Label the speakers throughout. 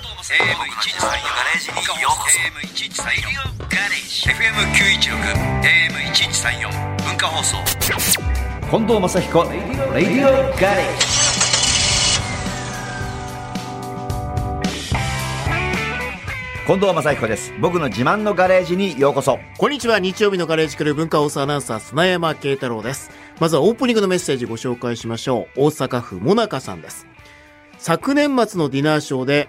Speaker 1: AM113 ガレージにようこそ AM113 ガレージ FM916 AM1134 文化放送
Speaker 2: 近藤正彦レディオガレージ近藤正彦です僕の自慢のガレージにようこそ
Speaker 3: こんにちは。日曜日のガレージクル文化放送アナウンサー、砂山慶太郎です。まずはオープニングのメッセージご紹介しましょう。大阪府もなかさんです。昨年末のディナーショーで、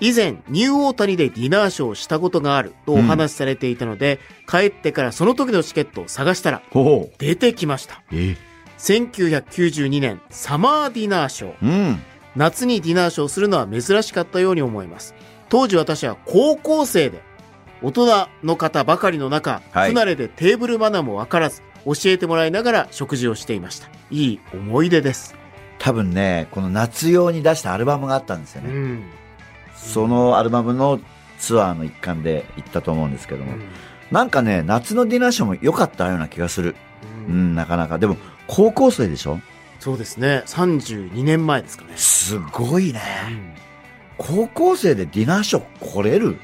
Speaker 3: 以前、ニューオータニでディナーショーをしたことがあるとお話しされていたので、帰ってからその時のチケットを探したら、
Speaker 2: ほほ
Speaker 3: 出てきました。
Speaker 2: え
Speaker 3: 1992年、サマーディナーショー。
Speaker 2: うん
Speaker 3: 夏にディナーショーをするのは珍しかったように思います当時私は高校生で大人の方ばかりの中、
Speaker 2: はい
Speaker 3: 不慣れでテーブルマナーもわからず教えてもらいながら食事をしていましたいい思い出です、
Speaker 2: 多分ねこの夏用に出したアルバムがあったんですよ
Speaker 3: う
Speaker 2: ね、
Speaker 3: ん
Speaker 2: そのアルバムのツアーの一環で行ったと思うんですけども、なんかね夏のディナーショーも良かったような気がする
Speaker 3: うん
Speaker 2: うんなかなかでも高校生でしょ
Speaker 3: そうですね32年前ですかね、
Speaker 2: すごいね高校生でディナーショー来れる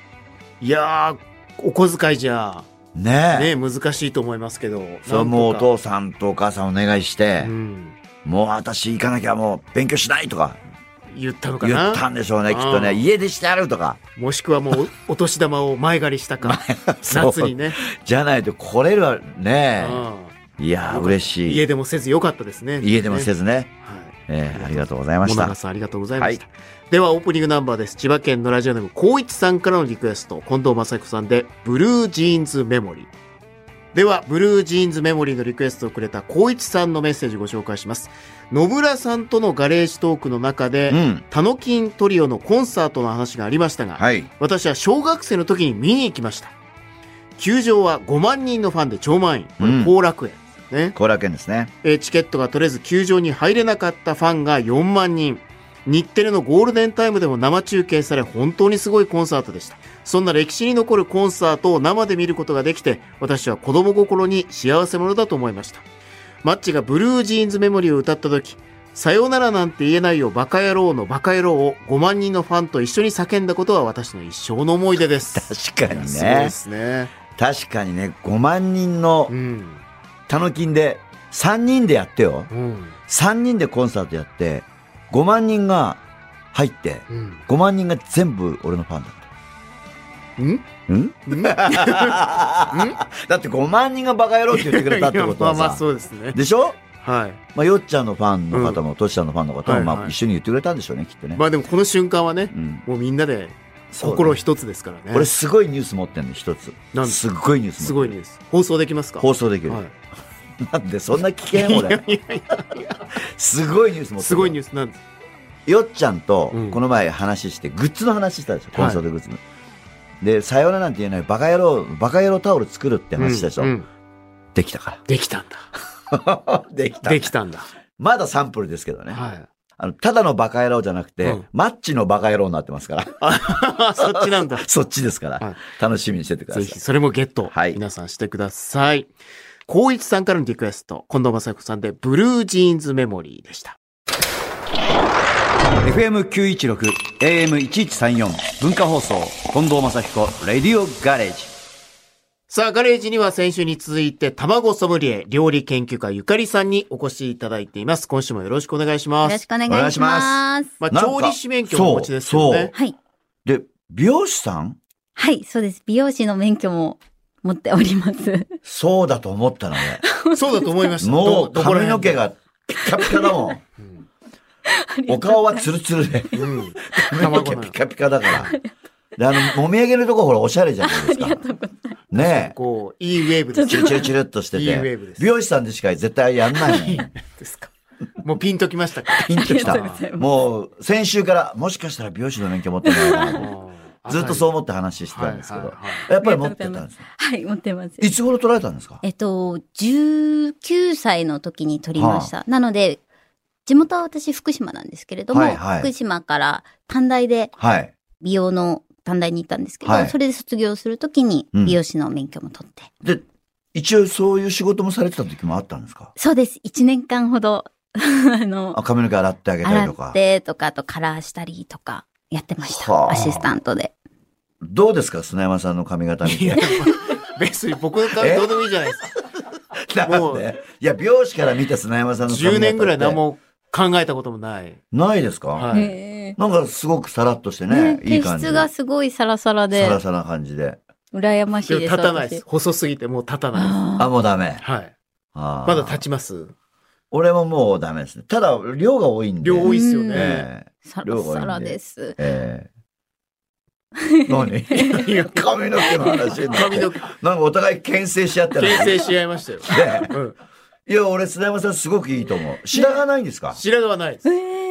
Speaker 3: いやーお小遣いじゃ
Speaker 2: ねえ
Speaker 3: ね難しいと思いますけど
Speaker 2: それはもうお
Speaker 3: なんとか
Speaker 2: 父さんとお母さんお願いして、
Speaker 3: うん
Speaker 2: もう私行かなきゃもう勉強しないとか
Speaker 3: 言ったのか
Speaker 2: 言
Speaker 3: な
Speaker 2: ったんでしょうね、きっと
Speaker 3: う
Speaker 2: ね。
Speaker 3: ん
Speaker 2: 家でしてやると か。
Speaker 3: もしくはもうおお年玉を前借りした か夏にね、
Speaker 2: じゃないと来れるわね。
Speaker 3: うん
Speaker 2: いやー、嬉しい。
Speaker 3: 家でもせずよかったですね。
Speaker 2: 家でもせ
Speaker 3: ず。
Speaker 2: ずね。
Speaker 3: はい。
Speaker 2: えーありがとうございま
Speaker 3: モ
Speaker 2: し
Speaker 3: ナカ
Speaker 2: た。
Speaker 3: さんありがとうございました。ではオープニングナンバーです。千葉県のラジオネーム、光一さんからのリクエスト、近藤正彦さんで、ブルージーンズメモリー。では、ブルージーンズメモリーのリクエストをくれた光一さんのメッセージご紹介します。野村さんとのガレージトークの中で、
Speaker 2: うん。
Speaker 3: タノキントリオのコンサートの話がありましたが、
Speaker 2: はい。
Speaker 3: 私は小学生の時に見に行きました。球場は5万人のファンで超満員。これ、後楽園ですね。
Speaker 2: 後楽園ですね。
Speaker 3: えーチケットが取れず球場に入れなかったファンが4万人日テレのゴールデンタイムでも生中継され本当にすごいコンサートでしたそんな歴史に残るコンサートを生で見ることができて私は子供心に幸せ者だと思いましたマッチがブルージーンズメモリーを歌った時「さよならなんて言えないよバカ野郎のバカ野郎」を5万人のファンと一緒に叫んだことは私の一生の思い出です
Speaker 2: 確かに
Speaker 3: すごいで
Speaker 2: ね。
Speaker 3: すね
Speaker 2: 確かにね、5万人の
Speaker 3: うん、
Speaker 2: たのきんで、3人でやってよ。
Speaker 3: うん
Speaker 2: 3人でコンサートやって、5万人が入って、
Speaker 3: うん
Speaker 2: 5万人が全部俺のファンだった。
Speaker 3: ん
Speaker 2: ん
Speaker 3: ん
Speaker 2: だって5万人がバカ野郎って言ってくれたってことは
Speaker 3: いやまあまあ
Speaker 2: さ。
Speaker 3: そうですね
Speaker 2: でしょ
Speaker 3: はい
Speaker 2: まあ、よっちゃんのファンの方も、としちゃんのファンの方も、
Speaker 3: はい
Speaker 2: ま
Speaker 3: は
Speaker 2: あ、
Speaker 3: い
Speaker 2: 一緒に言ってくれたんでしょうね、きっとね。
Speaker 3: まあでもこの瞬間はね
Speaker 2: う、ん。
Speaker 3: もうみんなで
Speaker 2: そう
Speaker 3: 心一つですからね。
Speaker 2: 俺、すごいニュース持ってんの、一つ
Speaker 3: な。んです
Speaker 2: すっごいニュース持ってる
Speaker 3: すごいニュース。放送できますか
Speaker 2: 放送できる。
Speaker 3: はい
Speaker 2: なんで、そんな危険俺。すごいニュース持ってる。
Speaker 3: すごいニュ
Speaker 2: ー
Speaker 3: ースなんです。
Speaker 2: ス。よっちゃんと
Speaker 3: う、ん
Speaker 2: この前話して、グッズの話したでしょ、
Speaker 3: い
Speaker 2: コンサートグッズの。で、さよならなんて言えない、バカ野郎、バカ野郎タオル作るって話したでし
Speaker 3: うんう
Speaker 2: ょ。
Speaker 3: ん
Speaker 2: できたか
Speaker 3: できたん
Speaker 2: ら。 でき
Speaker 3: だ。
Speaker 2: た
Speaker 3: で。きたんだ。
Speaker 2: まだサンプルですけどね。
Speaker 3: はい。
Speaker 2: あの、ただのバカ野郎じゃなくて、
Speaker 3: うん
Speaker 2: マッチのバカ野郎になってますから。
Speaker 3: そっちなんだ。
Speaker 2: そっちですから、
Speaker 3: はい
Speaker 2: 楽しみにしててくださ
Speaker 3: ぜ
Speaker 2: い。
Speaker 3: ひそれもゲット、
Speaker 2: はい
Speaker 3: 皆さんしてください。光一さんからのリクエスト、近藤正彦さんでブルージーンズメモリーでした。
Speaker 2: FM916、AM1134、文化放送、近藤正彦、レディオガレージ。
Speaker 3: さあ、ガレージには先週に続いて、卵ソムリエ料理研究家ゆかりさんにお越しいただいています。今週もよろしくお願いしま
Speaker 4: よろ
Speaker 3: す
Speaker 4: し。くお願いします。
Speaker 3: ま
Speaker 2: な
Speaker 3: あ、
Speaker 2: んか
Speaker 3: 調理師免許もお持ちですよね。
Speaker 4: はい。
Speaker 2: で、美容師さん
Speaker 4: はい、そうです。美容師の免許も持っております。
Speaker 2: そうだと思ったのね。
Speaker 3: そうだと思いました。
Speaker 2: もう
Speaker 3: どこら
Speaker 2: 髪
Speaker 3: 辺
Speaker 2: の毛がピカピカだもん。 お顔はツルツルで、
Speaker 3: うん。
Speaker 2: 髪の毛ピカピカだから。で、あの、もみあげるとこほら、おしゃれじゃない ですか。ねえ。
Speaker 3: こう、いいウェーブです
Speaker 2: チ
Speaker 3: よ
Speaker 2: ュルチュルチュルっとして
Speaker 3: いいウェーブ
Speaker 2: て
Speaker 3: で。す
Speaker 2: 美容師さんでしか絶対やんないの に。
Speaker 3: ですか。もうピンときましたか。
Speaker 2: ピンとき
Speaker 4: あ
Speaker 2: た
Speaker 4: りがとうござい。ます
Speaker 2: もう、先週から、もしかしたら美容師の免許持ってないかな と思ってずっとそう思って話してたんですけ
Speaker 3: はい
Speaker 2: ど
Speaker 3: はいはい、
Speaker 2: やっぱり持ってたんですね
Speaker 4: はい、持ってます。
Speaker 2: いつ頃取られたんですか
Speaker 4: えっと、19歳の時に取りました。なので、地元は私福島なんですけれども、
Speaker 2: はいはい
Speaker 4: 福島から短大で
Speaker 2: はい。
Speaker 4: 美容の短大に行ったんですけど、
Speaker 2: はい
Speaker 4: それで卒業するときに
Speaker 2: うん
Speaker 4: 美容師の免許も取って。
Speaker 2: で、一応そういう仕事もされてた時もあったんですか
Speaker 4: そうです。1年間ほど、あの
Speaker 2: あ、、髪の毛洗ってあげたり
Speaker 4: 洗
Speaker 2: とか
Speaker 4: っ。てとか、あとカラーしたりとか、やってまし
Speaker 2: は
Speaker 4: た。
Speaker 2: あ
Speaker 4: アシスタントで。
Speaker 2: どうですか砂山さんの髪型見て。
Speaker 3: 別に僕の髪どうでもいいじゃないですか。
Speaker 2: な
Speaker 3: も
Speaker 2: ん
Speaker 3: う
Speaker 2: でいや、美容師から見た砂山さんの髪型って。
Speaker 3: 10年ぐらい何も考えたこともない。
Speaker 2: ないですか、
Speaker 3: はい
Speaker 4: へ
Speaker 2: なんかすごくさらっとして
Speaker 4: え
Speaker 2: ね、
Speaker 4: ね
Speaker 2: いい感
Speaker 4: 毛
Speaker 2: じで。
Speaker 4: 質がすごいサラサラで
Speaker 2: さら、さら感じで。
Speaker 4: 羨まし
Speaker 3: で
Speaker 4: い
Speaker 3: も
Speaker 4: です。
Speaker 3: 立たないです。
Speaker 4: 私。
Speaker 3: 細すぎてもう立たないで
Speaker 2: あ、
Speaker 4: あ
Speaker 2: もうダメ
Speaker 3: す。。はい。
Speaker 2: ま
Speaker 3: まだ立ちます
Speaker 2: 俺ももうダメですね。ただ、量が多いんで。
Speaker 3: 量多いっすよ
Speaker 4: うん
Speaker 3: ね。
Speaker 2: ええ
Speaker 4: ーサラサラです。
Speaker 2: ええ 何 いや髪の毛の話になって
Speaker 3: 髪の毛、
Speaker 2: なんかお互い牽制し合ったら。
Speaker 3: 牽制し合いましたよ。
Speaker 2: ね
Speaker 3: うん。
Speaker 2: いや、俺、砂山さんすごくいいと思う。白髪ないんですか
Speaker 3: 白髪は ないです。
Speaker 2: え
Speaker 4: え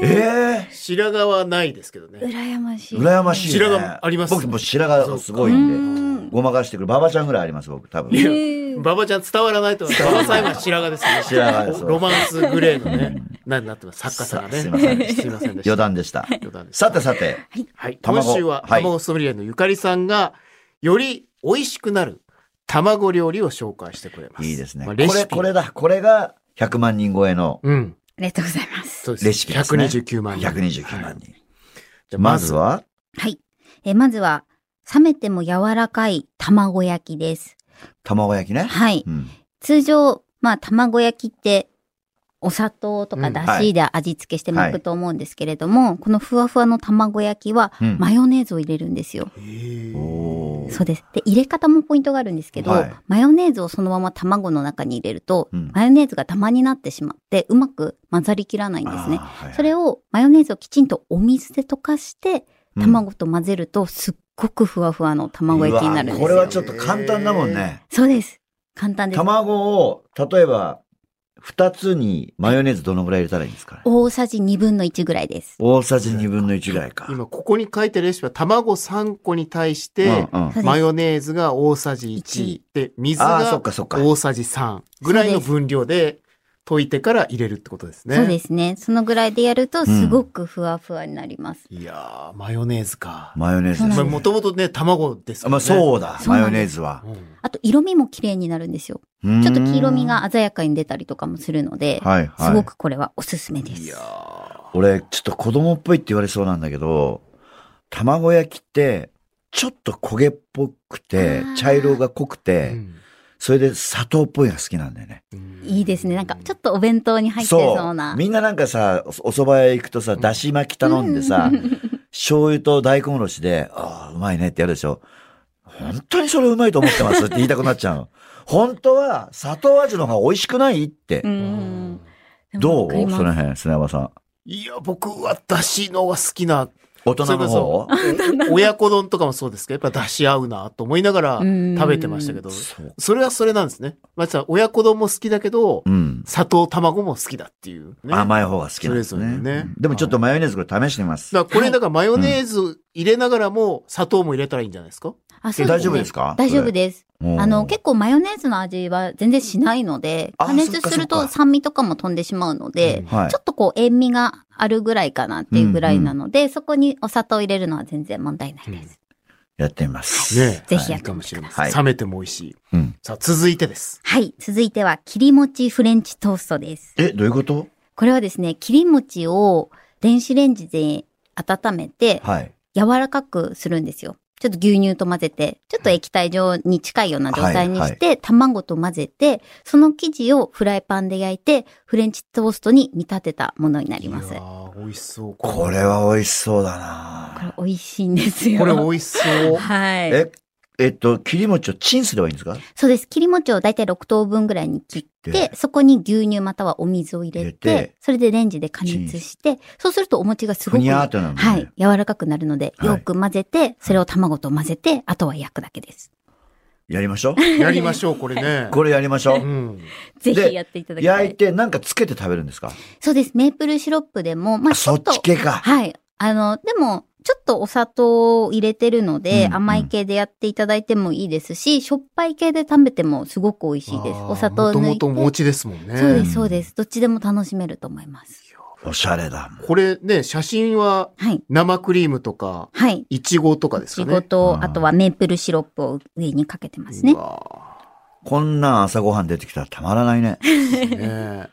Speaker 2: え
Speaker 4: え
Speaker 3: 白髪はないですけどね。
Speaker 4: 羨ましい。
Speaker 2: 羨ましい、ね。
Speaker 3: 白髪あります
Speaker 2: 僕もう白髪すごい
Speaker 4: うん
Speaker 2: で。
Speaker 4: ん
Speaker 2: ごまかしてくる。馬場ちゃんぐらいあります、僕、多分。
Speaker 3: いや
Speaker 4: ええ
Speaker 3: 馬場ちゃん伝わらないと思います。馬場さんは白髪ですね。
Speaker 2: 白髪です
Speaker 3: ロマンスグレーのね
Speaker 2: う、
Speaker 3: なになってます。作家さんがね。
Speaker 2: さすいません
Speaker 3: すいませんでした。
Speaker 2: 余談でした。
Speaker 3: 余談です。
Speaker 2: さてさ て、
Speaker 3: はい。
Speaker 2: 卵
Speaker 3: 今週は、
Speaker 2: はい
Speaker 3: 卵ソムリエのゆかりさんが、より美味しくなる卵料理を紹介してくれます。
Speaker 2: いいですね。こ
Speaker 3: まあレシ
Speaker 2: れ、
Speaker 3: ピ。
Speaker 2: これだ。これが100万人超えの
Speaker 3: うん。
Speaker 4: ありがとうございます。
Speaker 3: そうです。
Speaker 2: レシピですね
Speaker 3: 129万人。
Speaker 2: 129
Speaker 3: はい
Speaker 2: 万人。
Speaker 3: じゃあ
Speaker 2: まずは、
Speaker 4: はい。えーまずは、冷めても柔らかい卵焼きです。
Speaker 2: 卵焼きね。
Speaker 4: はい。
Speaker 2: うん。
Speaker 4: 通常、まあ、卵焼きって、お砂糖と
Speaker 3: う
Speaker 4: か
Speaker 3: ん
Speaker 4: だ
Speaker 2: はい
Speaker 4: しで味付けして巻くと思うんですけれども、このふわふわの卵焼きは、
Speaker 2: うん
Speaker 4: マヨネーズを入れるんですよ。
Speaker 3: へー
Speaker 2: おー
Speaker 4: そうです。で、入れ方もポイントがあるんですけど、
Speaker 2: はい
Speaker 4: マヨネーズをそのまま卵の中に入れると、
Speaker 2: うん
Speaker 4: マヨネーズがダマになってしまって、うまく混ざりきらないんですね。
Speaker 2: あー
Speaker 4: それを、マヨネーズをきちんとお水で溶かして、卵と混ぜると、すっごくふわふわの卵焼きになるんですよ。
Speaker 2: うわこれはちょっと簡単だもんね。
Speaker 4: そうです。簡単です。
Speaker 2: 卵を、例えば、2つにマヨネーズどのぐらい入れたらいいんですかね
Speaker 4: 大さじ2分の1ぐらいです。
Speaker 2: 大さじ2分の1ぐらいか。
Speaker 3: 今、ここに書いてるレシピは、卵3個に対して、
Speaker 2: うんうん
Speaker 4: そうです
Speaker 3: マヨネーズが大さじ1、で、水
Speaker 2: あー、そっ
Speaker 3: が
Speaker 2: かそっか。
Speaker 3: 大さじ3ぐらいの分量で溶いてから入れるってことですね。
Speaker 4: そうですね。そのぐらいでやると、すごくふわふわになります。
Speaker 3: いやー、マヨネーズか。
Speaker 2: マヨネーズ
Speaker 4: そ
Speaker 2: で
Speaker 4: うなん
Speaker 2: す
Speaker 3: まあ、
Speaker 2: ね。
Speaker 4: です
Speaker 3: もともとね、卵ですからね。
Speaker 2: まあ、そうだ、
Speaker 4: そう
Speaker 2: マ
Speaker 4: な
Speaker 2: ヨ
Speaker 4: ん
Speaker 2: ネー
Speaker 4: で
Speaker 2: ズは。
Speaker 3: うん
Speaker 4: あと、色味も綺麗になるんですよ。
Speaker 2: うーん
Speaker 4: ちょっと黄色み、が鮮やかに出たりとかもするので、
Speaker 2: はいはい、
Speaker 4: すごくこれはおすすめで
Speaker 3: い
Speaker 4: す
Speaker 3: や。ー
Speaker 2: 俺、ちょっと子供っぽいって言われそうなんだけど、卵焼きって、ちょっと焦げっぽくて
Speaker 4: あー、
Speaker 2: 茶色が濃くて、
Speaker 3: うん
Speaker 2: それで砂糖っぽいのが好きなんだよね。
Speaker 4: いいですね。なんか、ちょっとお弁当に入ってそうな。
Speaker 2: みんななんかさ、おお蕎麦屋行くとさ、だし巻き頼んでさ、醤油と大根おろしで、ああ、うまいねってやるでしょ。本当にそれうまいと思ってますって言いたくなっちゃうの。本当は砂糖味の方が美味しくないって。
Speaker 4: うん
Speaker 3: う
Speaker 4: うん
Speaker 3: ん。
Speaker 4: でも
Speaker 2: ど
Speaker 4: わ
Speaker 2: う
Speaker 4: かり
Speaker 2: そ
Speaker 4: ます
Speaker 2: の辺、砂山さん。
Speaker 3: いや、僕はだしのが好き な、
Speaker 2: 大人の方
Speaker 3: そお親子丼とかもそうですけど、やっぱだし合うなと思いながら
Speaker 4: うん
Speaker 3: 食べてましたけど、
Speaker 2: そう。
Speaker 3: それはそれなんですね。まあ、さ親子丼も好きだけど、
Speaker 2: うん。
Speaker 3: 砂糖卵も好きだっていう、ね。
Speaker 2: 甘い方が好きなんです
Speaker 3: それ
Speaker 2: ね
Speaker 3: ぞれね
Speaker 2: うんでもちょっとマヨネーズこれ試してみます。
Speaker 3: だからこれだからマヨネーズ入れながらも砂糖も入れたらいいんじゃないですか、
Speaker 4: あ
Speaker 2: え
Speaker 4: そう
Speaker 2: 大丈夫ですか
Speaker 4: 大丈夫
Speaker 2: で
Speaker 4: です。
Speaker 2: す
Speaker 4: あの、結構マヨネーズの味は全然しないので、
Speaker 2: あ
Speaker 4: 加熱
Speaker 2: そっか
Speaker 4: する
Speaker 2: そっ
Speaker 4: と
Speaker 2: か
Speaker 4: 酸味とかも飛んでしまうので、
Speaker 3: 構
Speaker 2: はい
Speaker 4: ちょ。っとこう塩味があるぐらいかなっていうぐらいなので、そこにお砂糖入れるのは全然問題ないです。
Speaker 2: やってみます。
Speaker 3: ね
Speaker 4: ぜひ
Speaker 3: い
Speaker 4: や
Speaker 3: い
Speaker 4: って
Speaker 3: かも
Speaker 4: み
Speaker 3: してれ
Speaker 4: く
Speaker 3: ま
Speaker 4: だ
Speaker 3: せん、
Speaker 4: さい。
Speaker 2: はい
Speaker 3: 冷めても美味しい。
Speaker 2: うん
Speaker 3: さあ、続いてです。
Speaker 4: はい、続いては切り餅フレンチトーストです。
Speaker 2: え、どういうこと
Speaker 4: これはですね、切り餅を電子レンジで温めて、
Speaker 2: はい。
Speaker 4: 柔らかくするんですよ。ちょっと牛乳と混ぜて、ちょっと液体状に近いような状態にして、卵と混ぜて、その生地をフライパンで焼いて、フレンチトーストに見立てたものになります。
Speaker 3: や
Speaker 4: こ
Speaker 3: ー美味しそう。
Speaker 2: これは美味しそうだな
Speaker 4: れ美味しいんですよ。
Speaker 3: これ美味しそう。
Speaker 4: はい。
Speaker 2: え、えっと、切り餅をチンすればいいんですか
Speaker 4: そうです。切り餅をだいたい6等分ぐらいに切っ、
Speaker 2: 切って
Speaker 4: そこに牛乳またはお水を入れ
Speaker 2: 入れて
Speaker 4: て、それでレンジで加熱して、そうするとお餅がす
Speaker 2: ふ
Speaker 4: ごく
Speaker 2: にゃーってなるんだよ
Speaker 4: は
Speaker 2: ね
Speaker 4: い。柔らかくなるので、
Speaker 2: はい
Speaker 4: よく混ぜて、それを卵と混ぜて、あとは焼くだけです。
Speaker 2: やりましょう。
Speaker 3: やりましょう、これね。
Speaker 2: これやりましょ
Speaker 3: う
Speaker 2: う。
Speaker 3: ん。
Speaker 4: ぜ
Speaker 2: で
Speaker 4: ひやっていただきた
Speaker 2: 焼い
Speaker 4: い。
Speaker 2: て、なんかつけて食べるんですか
Speaker 4: そうです。メープルシロップでも、まあ、ち
Speaker 2: そ
Speaker 4: ょ
Speaker 2: っ
Speaker 4: っと
Speaker 2: ち、系か。
Speaker 4: はい。あの、でも、ちょっとお砂糖を入れてるので、
Speaker 2: うん
Speaker 4: 甘い系でやっていただいてもいいですし、しょっぱい系で食べてもすごく美味しいです。お砂糖
Speaker 3: も
Speaker 4: を
Speaker 3: と
Speaker 4: 抜
Speaker 3: も
Speaker 4: いて。
Speaker 3: と餅ですもんね。
Speaker 4: そうで
Speaker 2: うん
Speaker 4: す、そうです。どっちでも楽しめると思います。
Speaker 2: おしゃれだ。
Speaker 3: これね、写真は
Speaker 4: はい。
Speaker 3: 生クリームとか、
Speaker 4: はい。
Speaker 3: いちごとかです
Speaker 4: 仕
Speaker 3: かね。
Speaker 4: 事
Speaker 2: う、ん
Speaker 4: あとはメープルシロップを上にかけてますね
Speaker 3: う。わ
Speaker 2: こんなん朝ごはん出てきたらたまらないね。
Speaker 3: ーね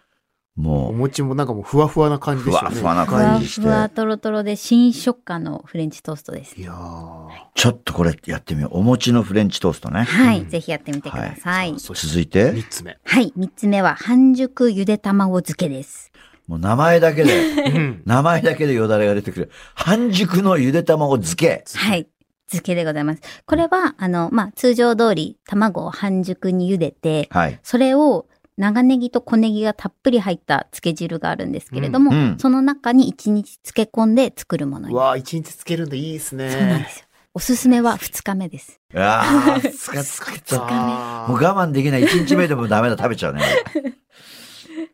Speaker 3: お
Speaker 2: も
Speaker 3: 餅もなんかもうふわふわな感
Speaker 2: う、
Speaker 3: じで
Speaker 2: ふ
Speaker 3: したよ
Speaker 2: わ
Speaker 3: ね。
Speaker 2: ふわな
Speaker 4: ふわ
Speaker 2: 感じして
Speaker 4: ふ。わとろとろで新食感のフレンチトーストです
Speaker 3: い。やー
Speaker 2: ちょっとこれやってみよう。お餅のフレンチトーストね。
Speaker 4: はい、
Speaker 3: うん
Speaker 4: ぜひやってみてください。はい、
Speaker 3: そして
Speaker 2: 続いて
Speaker 3: 三、つ目。
Speaker 4: 三つ目は半熟ゆで卵漬けです。
Speaker 2: もう名前だけ で、
Speaker 3: うん
Speaker 2: 名前だけでよだれが出てくる。半熟のゆで卵漬け。
Speaker 4: はい。漬けでございます。これは、あの、まあ、通常通り卵を半熟に茹でて、
Speaker 2: はい。
Speaker 4: それを長ネギと小ネギがたっぷり入った漬け汁があるんですけれども、
Speaker 2: うんうん
Speaker 4: その中に1日漬け込んで作るもの
Speaker 3: う
Speaker 4: に。
Speaker 3: わー一日つけるんでいいです
Speaker 4: そうなんで
Speaker 3: ね。
Speaker 4: すよ。おすすめは2日目です。
Speaker 2: ああ、 つかつかつか。
Speaker 3: あ
Speaker 2: もう
Speaker 3: ー
Speaker 2: 我慢できない。1日目でもダメだ。食べちゃ うね。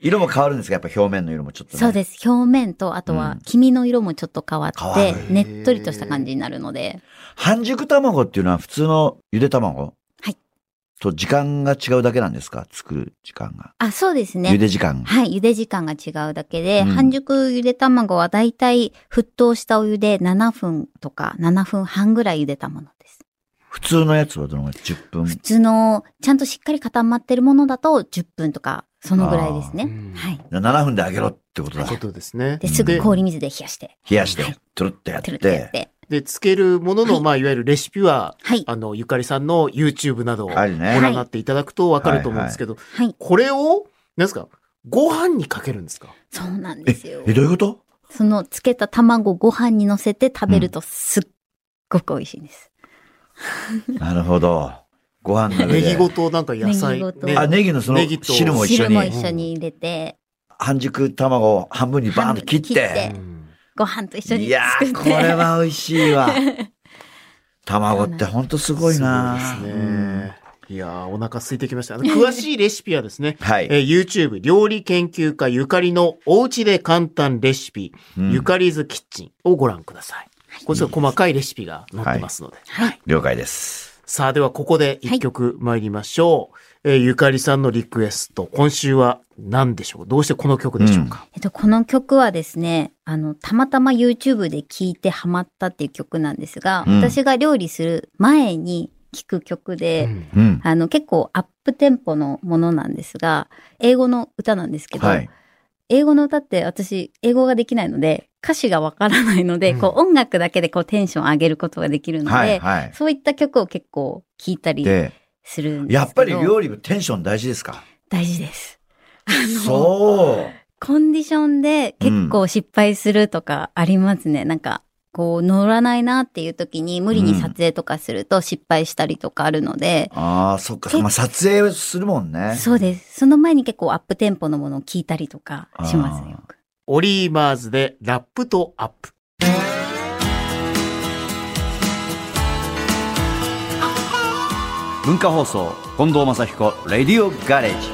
Speaker 2: 色も変わるんですかやっぱ表面の色もちょっと、ね。
Speaker 4: そうです。表面と、あと
Speaker 2: う
Speaker 4: は
Speaker 2: ん
Speaker 4: 黄身の色もちょっと変わっ
Speaker 2: 変
Speaker 4: て
Speaker 2: わ、
Speaker 3: る
Speaker 4: ねっとりとした感じになるので、
Speaker 2: 半熟卵っていうのは普通のゆで卵
Speaker 4: はい。
Speaker 2: と時間が違うだけなんですか作る時間が。
Speaker 4: あ、そうです
Speaker 2: ゆ
Speaker 4: ね。
Speaker 2: で時間。
Speaker 4: はい、茹で時間が違うだけで、
Speaker 2: うん
Speaker 4: 半熟ゆで卵はだいたい沸騰したお湯で7分とか7分半ぐらい茹でたものです。
Speaker 2: 普通のやつはどのぐらい ?10 分
Speaker 4: 普。通の、ちゃんとしっかり固まってるものだと10分とか、そのぐらいです
Speaker 3: う
Speaker 4: ね。
Speaker 3: ん
Speaker 4: はい。
Speaker 2: 7分で揚げろってことだ
Speaker 3: こ。とですね。
Speaker 4: で、すぐ氷水で冷やして、
Speaker 2: 冷やして
Speaker 4: はい、
Speaker 2: トゥルッとやっ。
Speaker 4: トゥルってやってて。
Speaker 3: で、つけるものの、まあ、いわゆるレシピは、
Speaker 4: はい。
Speaker 3: あの、ゆかりさんの YouTube などをご
Speaker 2: あ
Speaker 3: 覧
Speaker 2: る
Speaker 4: ほ
Speaker 2: ね
Speaker 4: ら。
Speaker 3: になっていただくとわかると思うんですけど、
Speaker 4: はい。
Speaker 3: これを、なんですか、ご飯にかけるんですか
Speaker 4: そうなんですよ
Speaker 2: え、。どういうこと
Speaker 4: その、つけた卵ご飯に乗せて食べるとすっごく美味しいです。
Speaker 2: なるほど。ご飯の上
Speaker 3: ネ
Speaker 2: で
Speaker 3: ギごとなんか野菜。
Speaker 4: ネギごと
Speaker 3: ね
Speaker 2: あ、ネギのその
Speaker 3: ネギと
Speaker 2: 汁も一緒
Speaker 4: 汁も
Speaker 2: に。
Speaker 4: 一緒に入れて、
Speaker 2: 半熟卵を半分にバーンと切っ
Speaker 4: 半分
Speaker 2: て。
Speaker 3: うん
Speaker 4: ご飯と一緒
Speaker 2: い
Speaker 4: に
Speaker 2: や
Speaker 4: 作って。
Speaker 2: ー、これは美味し いわ。卵ってほんとすごいな
Speaker 3: すごいです
Speaker 2: うん、
Speaker 3: ね。いやーお腹空いてきました。あの詳しいレシピはですね
Speaker 2: はい。
Speaker 3: えー YouTube 料理研究家ゆかりのおうちで簡単レシピ、
Speaker 2: うん
Speaker 3: ゆかりずキッチンをご覧ください。こちら細かいレシピが載ってますので。
Speaker 4: はい。
Speaker 2: 了解です。
Speaker 3: さあ、ではここで一曲参りましょう。えーゆかりさんのリクエスト、今週は何でしょうどうしてこの曲でしょうか、
Speaker 4: えっと、この曲はですね、あの、たまたま YouTube で聴いてハマったっていう曲なんですが、
Speaker 2: うん
Speaker 4: 私が料理する前に聴く曲で、
Speaker 3: うん
Speaker 2: うん。
Speaker 4: あの、結構アップテンポのものなんですが、英語の歌なんですけど、
Speaker 2: はい。
Speaker 4: 英語の歌って私、英語ができないので、歌詞がわからないので、
Speaker 3: うん
Speaker 4: こう音楽だけでこうテンション上げることができるので、
Speaker 2: はい。はい。
Speaker 4: そういった曲を結構聴いたり
Speaker 2: で、
Speaker 4: するんですけど。
Speaker 2: やっぱり料理のテンション大事ですか
Speaker 4: 大事です。
Speaker 2: そう。
Speaker 4: コンディションで結構失敗するとかありますね。なんか、こう乗らないなっていう時に無理に撮影とかすると失敗したりとかあるので、
Speaker 2: ああ、そっか。まあ、撮影をするもんね。
Speaker 4: そうです。その前に結構アップテンポのものを聞いたりとかします
Speaker 2: あー
Speaker 4: ね、よく。
Speaker 3: オリーマーズでラップとアップ。
Speaker 1: 文化放送近藤正彦レディオガレージ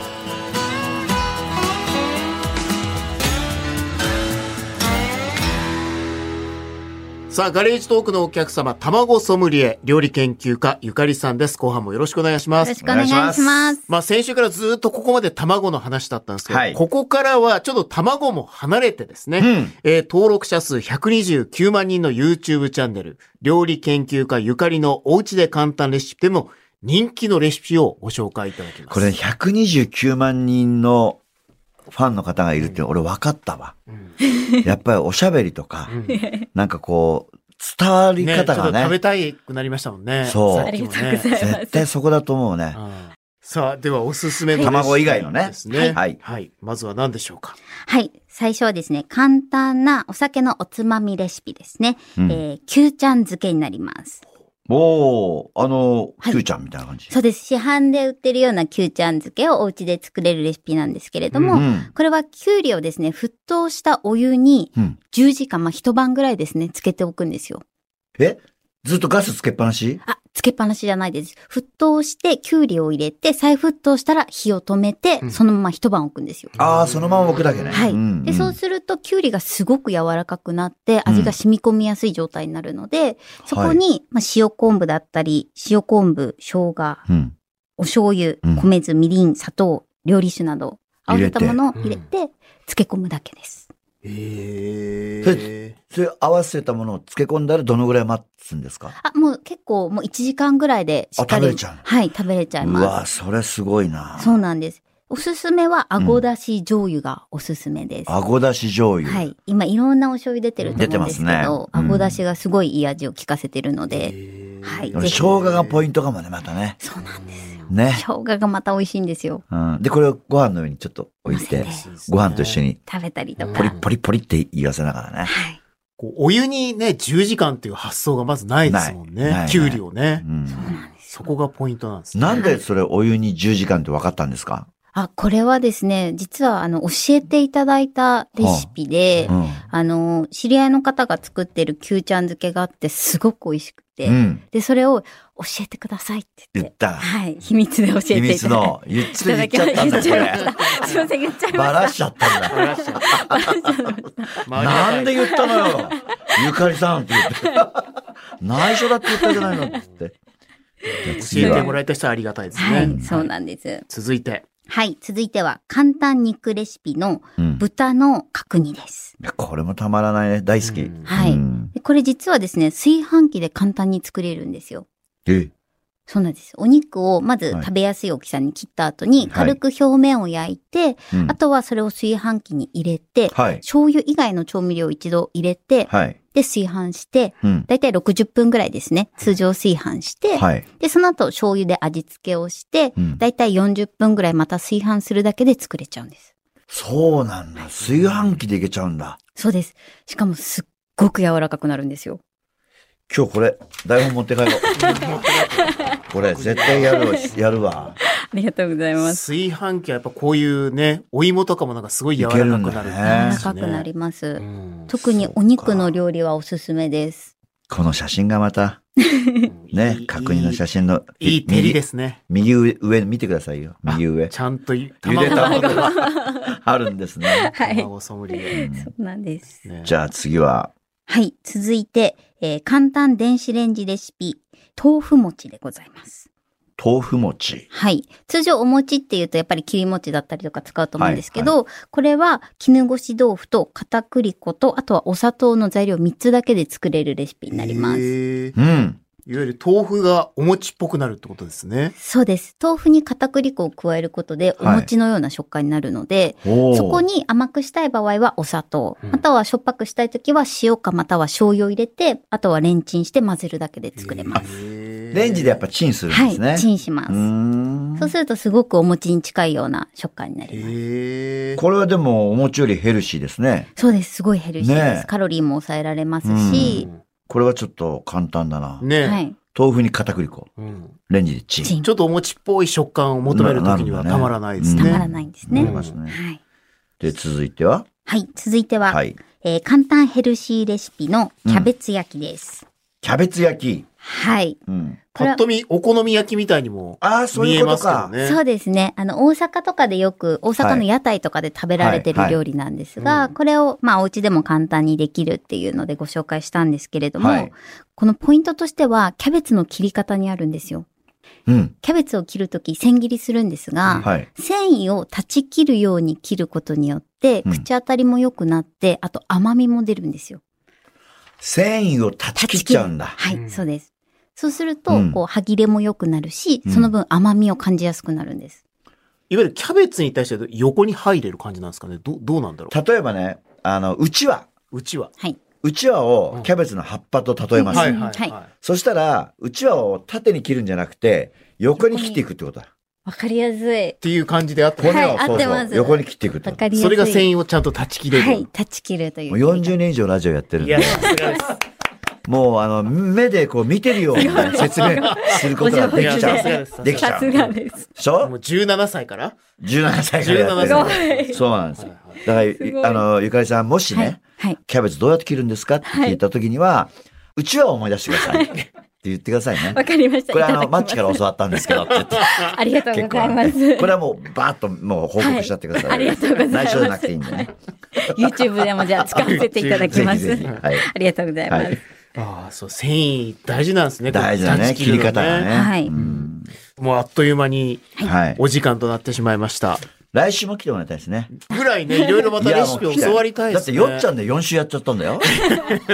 Speaker 3: さあ、ガレージトークのお客様、卵ソムリエ、料理研究家、ゆかりさんです。後半もよろしくお願いしま
Speaker 4: よろし
Speaker 3: す。
Speaker 4: くお願いし
Speaker 2: お願
Speaker 4: ま
Speaker 2: いし
Speaker 4: す。
Speaker 3: まあ、先週からずっとここまで卵の話だったんですけど、
Speaker 2: はい
Speaker 3: ここからはちょっと卵も離れてですね、
Speaker 2: うん。
Speaker 3: えー登録者数129万人の YouTube チャンネル、料理研究家ゆかりのおうちで簡単レシピでも人気のレシピをご紹介いただきます。
Speaker 2: これ、129万人のファンの方がいるって、俺分かったわ。
Speaker 3: うん、
Speaker 2: やっぱりおしゃべりとか、
Speaker 3: うん
Speaker 2: なんかこう、伝わり
Speaker 3: ね、ちょっ
Speaker 2: 方
Speaker 3: と食
Speaker 2: が
Speaker 3: べ
Speaker 2: ね、
Speaker 3: たいくなりましたもんね。
Speaker 2: そう
Speaker 3: さっきも
Speaker 4: ありがとうござい
Speaker 3: ね。
Speaker 4: ます
Speaker 2: 絶対そこだと思うね。
Speaker 3: うんさあ、ではおすすめのレシピ
Speaker 2: 卵以外のね
Speaker 3: ですね。
Speaker 2: はい
Speaker 3: はい。まずは何でしょうか。
Speaker 4: はい。最初はですね、簡単なお酒のおつまみレシピですね。
Speaker 2: うん
Speaker 4: えー、キューちゃん漬けになります。
Speaker 2: おー、あの、
Speaker 4: はい
Speaker 2: Q ちゃんみたいな感じ。
Speaker 4: そうです。市販で売ってるようなキューちゃん漬けをお家で作れるレシピなんですけれども、
Speaker 2: うん。
Speaker 4: これはキュウリをですね、沸騰したお湯に
Speaker 2: うん。
Speaker 4: 10時間、まあ一晩ぐらいですね、つけておくんですよ。
Speaker 2: えずっとガスつけっぱなし
Speaker 4: あ、つけっぱなしじゃないです。沸騰して、キュウリを入れて、再沸騰したら火を止めて
Speaker 3: う、ん
Speaker 4: そのまま一晩置くんですよ。
Speaker 2: ああ、そのまま置くだけね。
Speaker 4: はい
Speaker 2: ん
Speaker 4: で、そうすると、キュウリがすごく柔らかくなって、味が染み込みやすい状態になるので、そこに、まあ、塩昆布だったり、塩昆布、生姜、
Speaker 2: うん。
Speaker 4: お醤油
Speaker 2: うん、
Speaker 4: 米酢、みりん、砂糖、料理酒など、合わせたものを入
Speaker 3: 入れ
Speaker 4: れて
Speaker 3: て、
Speaker 4: 漬け込むだけです。
Speaker 3: え
Speaker 2: えそれ合わせたものを漬け込んだらどのぐらい待つんですか
Speaker 4: あ、もう結構もう1時間ぐらいでしっかり。
Speaker 2: あ食べれちゃう
Speaker 4: はい、食べれちゃいうま
Speaker 2: わ、それすごいな。
Speaker 4: す。そうなんです。おすすめは、あごだし醤油がおすすめです。
Speaker 2: あごだし醤油。
Speaker 4: はい。今、いろんなお醤油出てると思うんですけ
Speaker 2: 出てま
Speaker 4: ど、
Speaker 2: すねう
Speaker 4: あ
Speaker 2: ん
Speaker 4: ごだしがすごいいい味を効かせてるので、はい。
Speaker 2: 生
Speaker 4: ぜひ。
Speaker 2: 姜がポイントかもね、またね。
Speaker 4: そうなんですよ。
Speaker 2: ね。
Speaker 4: 生姜がまた美味しいんですよ。
Speaker 2: うん。で、これをご飯の上にちょっと置い
Speaker 4: 乗
Speaker 2: て
Speaker 4: せ、て
Speaker 2: ご飯と一緒に
Speaker 4: 食べたりと
Speaker 3: うん
Speaker 2: ポリ
Speaker 4: か。
Speaker 2: ポリポリって言わせながらね。
Speaker 4: はい。
Speaker 3: こうお湯にね、10時間っていう発想がまずないですも
Speaker 2: ない
Speaker 3: ん
Speaker 2: ない
Speaker 3: ね
Speaker 2: な。い
Speaker 3: きゅうりをね
Speaker 2: う。ん。
Speaker 4: そうなんです
Speaker 3: そ
Speaker 4: よ。
Speaker 3: こがポイントなんですね。
Speaker 2: なん でそれお湯に10時間って分かったんですか
Speaker 4: あ、これはですね、実は、あの、教えていただいたレシピで、
Speaker 2: うん。
Speaker 4: あの、知り合いの方が作ってるキューちゃん漬けがあって、すごく美味しくて、
Speaker 2: うん。
Speaker 4: で、それを教えてくださいって 言
Speaker 2: 言っ
Speaker 4: っ、
Speaker 2: てた。
Speaker 4: はい、秘密で教えて
Speaker 2: 秘
Speaker 4: いただい
Speaker 2: 密
Speaker 4: て。
Speaker 2: の、言っちゃ言っちゃったんだ、こ
Speaker 4: 言っちゃい
Speaker 2: れ。
Speaker 4: ましたすいません、言っちゃ いま
Speaker 2: ば
Speaker 4: し
Speaker 2: らしちゃったんだ。 なんで言ったの よゆかりさんって言って。内緒だって言ったじゃないのって言って。
Speaker 3: 教えてもらえた人はありがたいです
Speaker 4: た。は
Speaker 3: ね
Speaker 4: い、。そうなんです。
Speaker 3: 続いて。
Speaker 4: はい、続いては、簡単肉レシピの
Speaker 2: うん
Speaker 4: 豚の角煮です。
Speaker 2: いやこれもたまらないね。大好き。
Speaker 3: うん
Speaker 4: はい
Speaker 2: うん
Speaker 4: でこれ実はですね、炊飯器で簡単に作れるんですよ。
Speaker 2: え、
Speaker 4: そうなんです。お肉をまず
Speaker 2: はい
Speaker 4: 食べやすい大きさに切った後に、
Speaker 2: はい
Speaker 4: 軽く表面を焼いて、
Speaker 2: うん
Speaker 4: あとはそれを炊飯器に入れて、
Speaker 2: はい。
Speaker 4: 醤油以外の調味料を一度入れて、
Speaker 2: はい。
Speaker 4: で、炊飯して、
Speaker 2: うん。
Speaker 4: だいたい60分ぐらいですね。通常炊飯して、
Speaker 2: はい。
Speaker 4: で、その後醤油で味付けをして、
Speaker 2: うん
Speaker 4: だいたい40分ぐらいまた炊飯するだけで作れちゃうんです。
Speaker 2: そうなんだ。炊飯器でいけちゃうんだ。
Speaker 4: そうです。しかもすっごく柔らかくなるんですよ。
Speaker 2: 今日これ、台本持って帰 ろう。これ、絶対やるわ。やるわ。
Speaker 4: ありがとうございます。
Speaker 3: 炊飯器はやっぱこういうね、お芋とかもなんかすごい柔らかくなる。
Speaker 2: いけるん
Speaker 4: 柔
Speaker 2: だよ
Speaker 4: ら
Speaker 2: ね
Speaker 4: かくなりま
Speaker 3: う
Speaker 4: す。
Speaker 3: ん
Speaker 4: 特にお肉の料理はおすすめです。
Speaker 2: この写真がまた、ね、確認の写真の、
Speaker 3: いい照りですね。
Speaker 2: 右右上、見てくださいよ。右上。
Speaker 3: ちゃんとゆ
Speaker 2: ゆで
Speaker 3: 卵
Speaker 2: 卵 があるんですね。
Speaker 4: はい。
Speaker 3: 卵ソムリエ。
Speaker 4: そうなんです。
Speaker 3: ね
Speaker 2: じゃあ次は、
Speaker 4: はい。続いて、えー簡単電子レンジレシピ、豆腐餅でございます。
Speaker 2: 豆腐餅。
Speaker 4: はい。通常お餅っていうとやっぱり切り餅だったりとか使うと思うんですけど、これは絹ごし豆腐と片栗粉と、あとはお砂糖の材料3つだけで作れるレシピになります。
Speaker 3: へえ
Speaker 2: うん。
Speaker 3: いわゆる豆腐がお餅っぽくなるってことですね。
Speaker 4: そうです。豆腐に片栗粉を加えることで、お
Speaker 2: はい
Speaker 4: 餅のような食感になるので、
Speaker 2: おー
Speaker 4: そこに甘くしたい場合はお砂糖、
Speaker 3: うん
Speaker 4: またはしょっぱくしたいときは塩かまたは醤油を入れて、あとはレンチンして混ぜるだけで作れます。
Speaker 3: す
Speaker 2: レンジでやっぱチンするんですね。
Speaker 4: はい、チンします。
Speaker 2: うーん
Speaker 4: そうするとすごくお餅に近いような食感になりま
Speaker 3: へ
Speaker 4: す。
Speaker 3: え。
Speaker 2: これはでも、お餅よりヘルシーですね。
Speaker 4: そうです。すごいヘルシーです。
Speaker 2: ねえ
Speaker 4: カロリーも抑えられますし、
Speaker 2: これはちょっと簡単だな。
Speaker 3: ね、
Speaker 4: はい。
Speaker 2: 豆腐に片栗粉、
Speaker 3: うん
Speaker 2: レンジでチン。
Speaker 4: チン。
Speaker 3: ちょっとお餅っぽい食感を求めるときにはたまらないです
Speaker 2: ン
Speaker 4: た
Speaker 3: ね。
Speaker 4: まらないんです
Speaker 2: な
Speaker 4: ね。
Speaker 2: り
Speaker 3: うん
Speaker 2: ますね。
Speaker 4: はい。
Speaker 2: で、続いては
Speaker 4: はい。続いては、
Speaker 2: はい。
Speaker 4: えー簡単ヘルシーレシピのキャベツ焼きです。
Speaker 2: キャベツ焼き。
Speaker 4: はい。
Speaker 2: うん。
Speaker 3: ぱ
Speaker 4: これ
Speaker 3: っ
Speaker 4: は
Speaker 3: と見、お好み焼きみたいにも
Speaker 2: ああ、そう
Speaker 3: 見
Speaker 2: い
Speaker 3: え
Speaker 2: う
Speaker 3: ま
Speaker 2: こと
Speaker 3: すけど
Speaker 2: か。
Speaker 3: ね。
Speaker 4: そうですね。あの、大阪とかでよく、大阪の屋台とかで食べられて
Speaker 2: は
Speaker 4: る
Speaker 2: い
Speaker 4: 料理なんです
Speaker 3: はいは
Speaker 4: が
Speaker 3: い、
Speaker 4: これを、まあ、お家でも簡単にできるっていうのでご紹介したんですけれども、
Speaker 2: はい
Speaker 4: このポイントとしては、キャベツの切り方にあるんですよ。
Speaker 2: うん。
Speaker 4: キャベツを切るとき、千切りするんですが、
Speaker 2: はい。
Speaker 4: 繊維を断ち切るように切ることによって、
Speaker 2: うん
Speaker 4: 口当たりも良くなって、あと甘みも出るんですよ。
Speaker 2: 繊維を断ち切っちゃうんだ。
Speaker 4: はい、
Speaker 3: うん
Speaker 4: そうです。そうすると、
Speaker 2: うん
Speaker 4: こう、歯切れも良くなるし、
Speaker 2: うん
Speaker 4: その分甘みを感じやすくなるんです。
Speaker 3: いわゆるキャベツに対して横に入れる感じなんですかね。どどうなんだろ
Speaker 2: 例えばね、あの、うちわ。
Speaker 3: う。うちは。
Speaker 4: はい。
Speaker 2: うちわをキャベツの葉っぱと例えます。
Speaker 4: はい
Speaker 2: そしたら、うちわを縦に切るんじゃなくて、横に切っていくってことだ。
Speaker 4: わかりやすい。
Speaker 3: っていう感じであった
Speaker 4: い
Speaker 2: 骨を、
Speaker 4: はい合ってます
Speaker 2: 横に切っていくって
Speaker 4: わ
Speaker 2: こ
Speaker 4: か
Speaker 2: と。
Speaker 4: りやすい。
Speaker 3: それが繊維をちゃんと断ち切れる。
Speaker 4: はい、断ち切るという。
Speaker 2: もう40年以上ラジオやってるん
Speaker 3: いや、
Speaker 2: で、
Speaker 3: さすがです。
Speaker 2: もうあの、目でこう見てるようにね説明することができち
Speaker 3: お上手
Speaker 2: ゃ
Speaker 3: で
Speaker 2: う
Speaker 3: す。
Speaker 2: できちゃ
Speaker 4: さ
Speaker 2: う。
Speaker 4: すがです。
Speaker 2: でし
Speaker 3: も
Speaker 2: ょ
Speaker 3: う17歳から
Speaker 2: ?17 歳からやってる
Speaker 3: 17
Speaker 2: んで
Speaker 3: 歳。はい
Speaker 2: そうなんですよ。
Speaker 3: はい
Speaker 2: だから
Speaker 4: ごい
Speaker 2: ゆ、あの、ゆかりさん、もし
Speaker 4: はい
Speaker 2: ね、。
Speaker 4: はい。
Speaker 2: キャベツどうやって切るんですかって聞いた時には、うちわを思い出してください。って言ってくださいね。
Speaker 4: わかりました。
Speaker 2: これあ
Speaker 4: いただ
Speaker 2: の、
Speaker 4: きま
Speaker 2: マ
Speaker 4: す
Speaker 2: ッチから教わったんですけどって言って。
Speaker 4: ありがとうご
Speaker 2: 結
Speaker 4: ざい
Speaker 2: 構
Speaker 4: ま
Speaker 2: ね
Speaker 4: す。
Speaker 2: これはもう、バーッともう報告しちゃってください。
Speaker 4: はいありがとうございます
Speaker 2: 内緒じゃなくていいんでね。
Speaker 4: YouTube でもじゃあ使わせていただき
Speaker 2: ぜ
Speaker 4: ま
Speaker 2: ひ
Speaker 4: す
Speaker 2: ぜ。ひ。はい。
Speaker 4: ありがとうございま
Speaker 2: はい
Speaker 4: す。
Speaker 3: ああ、そう、繊維大事なんですね。
Speaker 2: 大事だ
Speaker 3: 断
Speaker 2: ね。
Speaker 3: ち
Speaker 2: 切
Speaker 3: る
Speaker 2: り
Speaker 3: の
Speaker 2: 方がね。
Speaker 4: はい
Speaker 2: うん
Speaker 3: もうあっという間に
Speaker 2: はい。
Speaker 3: お時間となってしまいました。
Speaker 2: 来週も来てもらいた いですね。
Speaker 3: ぐらいね、いろいろまたレシピを教わりたい
Speaker 2: だっ
Speaker 3: です
Speaker 2: て、
Speaker 3: ね。
Speaker 2: よっちゃ
Speaker 3: ん
Speaker 2: んで4週やっちゃったんだよ。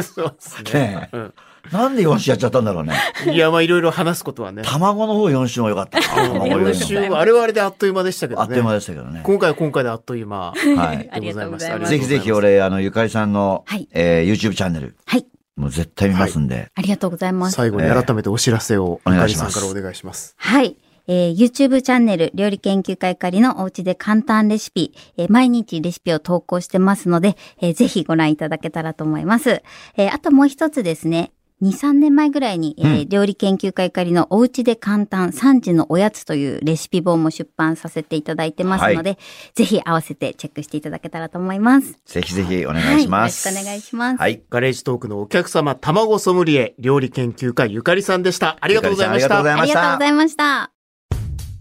Speaker 3: そうですね。
Speaker 2: ねえ
Speaker 3: うん
Speaker 2: なんで4種やっちゃったんだろうね。
Speaker 3: いや、まあいろいろ話すことはね。
Speaker 2: 卵の方4種も良かったな。卵
Speaker 4: りがとうご
Speaker 3: 今
Speaker 4: ざいます
Speaker 3: 週は、あれはあれであっという間でしたけど
Speaker 2: あ
Speaker 3: ね。
Speaker 2: っという間でしたけどね。
Speaker 3: 今回は今回であっという
Speaker 2: は
Speaker 3: 間
Speaker 2: い。
Speaker 4: ありがとうございます
Speaker 2: ぜひぜひ、俺、あの、ゆかりさんの、
Speaker 4: はい
Speaker 2: えー YouTube チャンネル、
Speaker 4: はい。
Speaker 2: もう絶対見ますんで、
Speaker 4: ありがとうございます。
Speaker 3: 最後に改めてお知らせを、
Speaker 2: ええ
Speaker 3: ゆかりさんからお願いします。
Speaker 4: はい。えー YouTube チャンネル、料理研究会ゆかりのおうちで簡単レシピ、えー毎日レシピを投稿してますので、えーぜひご覧いただけたらと思います。えーあともう一つですね、2、3年前ぐらいに、えー料理研究会ゆかりのおうちで簡単3時のおやつというレシピ本も出版させていただいてますので、ぜひ合わせてチェックしていただけたらと思います。
Speaker 2: ぜひぜひお願いします。
Speaker 4: はいよろしくお願いします
Speaker 2: はい。
Speaker 3: ガレージトークのお客様、卵ソムリエ、料理研究家、ゆかりさんでした。あ
Speaker 2: あ
Speaker 3: りがとうございま
Speaker 2: りが
Speaker 3: した。
Speaker 2: とう
Speaker 4: あ
Speaker 2: ございま
Speaker 4: り
Speaker 2: し
Speaker 4: がとう
Speaker 2: た
Speaker 4: ござ。いまし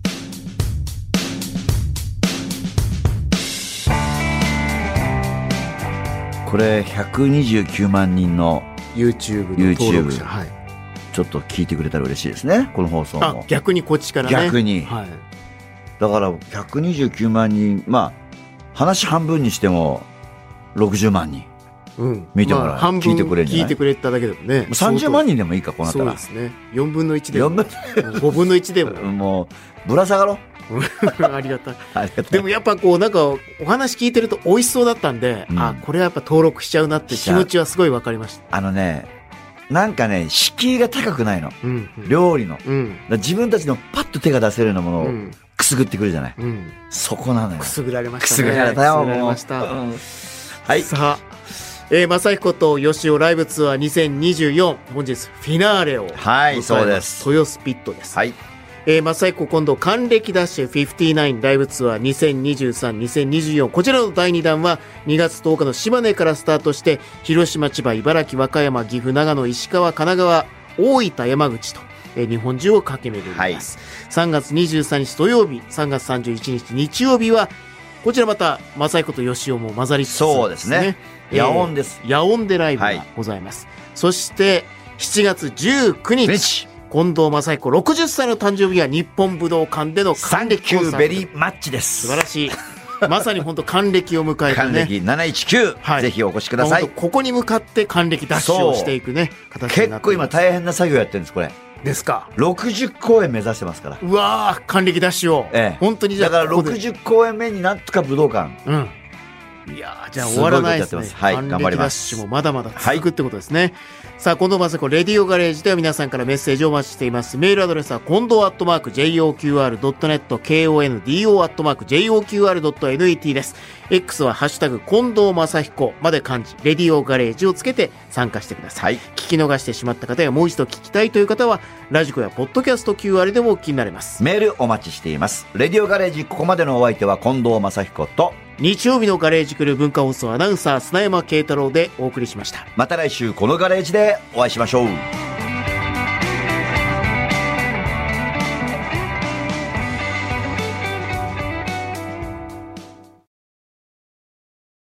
Speaker 4: た。
Speaker 2: これ、129万人の、
Speaker 3: YouTube の登録
Speaker 2: YouTube
Speaker 3: 者。はい。
Speaker 2: ちょっと聞いてくれたら嬉しいですね。この放送
Speaker 3: あ
Speaker 2: も、。
Speaker 3: 逆にこっちからね。
Speaker 2: 逆に
Speaker 3: はい。
Speaker 2: だから、129万人、まあ、話半分にしても、60万人。
Speaker 3: うん。
Speaker 2: 見てもらう
Speaker 3: まあ半分
Speaker 2: 聞いてくれるんじゃない
Speaker 3: 聞いてくれただけでもね。
Speaker 2: 30万人でもいいか、こうなった
Speaker 3: そう
Speaker 2: ら
Speaker 3: で。すね。4分の1で
Speaker 2: 4
Speaker 3: も。
Speaker 2: 分
Speaker 3: 5分の1でも。
Speaker 2: もう、ぶら下がろう。
Speaker 3: ありがたい。
Speaker 2: ありがとう
Speaker 3: でもやっぱこうなんかお話聞いてると美味しそうだったんで、
Speaker 2: うん
Speaker 3: あ、これはやっぱ登録しちゃうなって気持ちはすごいわかりました。
Speaker 2: あのね、なんかね、敷居が高くないの。
Speaker 3: うん。うん
Speaker 2: 料理の。だか
Speaker 3: うん。
Speaker 2: ら自分たちのパッと手が出せるようなもの
Speaker 3: う
Speaker 2: を
Speaker 3: ん。
Speaker 2: くすぐってくるじゃない。
Speaker 3: うん。
Speaker 2: そこなのよ
Speaker 3: く。すぐられま
Speaker 2: く
Speaker 3: した
Speaker 2: す
Speaker 3: ね。
Speaker 2: ぐられたよ、
Speaker 3: くすぐられ
Speaker 2: もう。
Speaker 3: ました。
Speaker 2: うんはい。
Speaker 3: さあ、えー、正彦と吉尾ライブツアー2024、本日フィナーレを迎えます。
Speaker 2: はい、そうです。
Speaker 3: 豊洲ピットです。
Speaker 2: はい。
Speaker 3: えー、正彦今度、還暦ダッシュ59ライブツアー2023、2024。こちらの第2弾は2月10日の島根からスタートして、広島、千葉、茨城、和歌山、岐阜、長野、石川、神奈川、大分、山口と、えー日本中を駆け巡ります。3月23日土曜日、3月31日日曜日は、こちらまた、正彦と吉尾も混ざりつつ、
Speaker 2: そうですね。夜音
Speaker 3: で、
Speaker 2: です。
Speaker 3: 夜音でライブ
Speaker 2: はい
Speaker 3: がございます。そして、7月19日。
Speaker 2: 日
Speaker 3: 近藤正彦60歳の誕生日は日本武道館での
Speaker 2: サ
Speaker 3: 還
Speaker 2: ンキ
Speaker 3: 暦コン
Speaker 2: ュ
Speaker 3: サ
Speaker 2: ー
Speaker 3: ー
Speaker 2: ベ
Speaker 3: ト
Speaker 2: リーマッチです。
Speaker 3: 素晴らしいまさに本当還暦を迎えた
Speaker 2: 還
Speaker 3: ね
Speaker 2: 暦719、
Speaker 3: はい
Speaker 2: ぜひお越しくださ
Speaker 3: 本
Speaker 2: い
Speaker 3: 当。ここに向かって還暦ダッシュをしていくね形にな
Speaker 2: 結
Speaker 3: って
Speaker 2: 構
Speaker 3: いま
Speaker 2: 今
Speaker 3: す
Speaker 2: 大変な作業やってるんです、これ。
Speaker 3: ですか
Speaker 2: 60公演目指してますから。
Speaker 3: うわー還暦ダッシュを、
Speaker 2: ええ
Speaker 3: 本当にじゃ
Speaker 2: だか
Speaker 3: あ
Speaker 2: ら
Speaker 3: ここで
Speaker 2: 60公演目になんとか武道館。
Speaker 3: うんいやーじゃあ終わらないですね
Speaker 2: すごいことやってますはい
Speaker 3: 還
Speaker 2: 頑張
Speaker 3: 暦
Speaker 2: り
Speaker 3: ダッ
Speaker 2: ま
Speaker 3: シ
Speaker 2: す
Speaker 3: ュもまだまだ続くってことですね、さあ近藤正彦レディオガレージでは皆さんからメッセージをお待ちしていますメールアドレスは近藤アットマーク JOQR.net KONDO アットマーク JOQR.net です X はハッシュタグ近藤正彦まで漢字レディオガレージをつけて参加してください
Speaker 2: はい。
Speaker 3: 聞き逃してしまった方やもう一度聞きたいという方はラジコやポッドキャスト QR でもお聞きになれます
Speaker 2: メールお待ちしています。レディオガレージ、ここまでのお相手は近藤正彦と、
Speaker 3: 日曜日のガレージクルー文化放送アナウンサー砂山慶太郎でお送りしました
Speaker 2: また来週このガレージでお会いしましょう。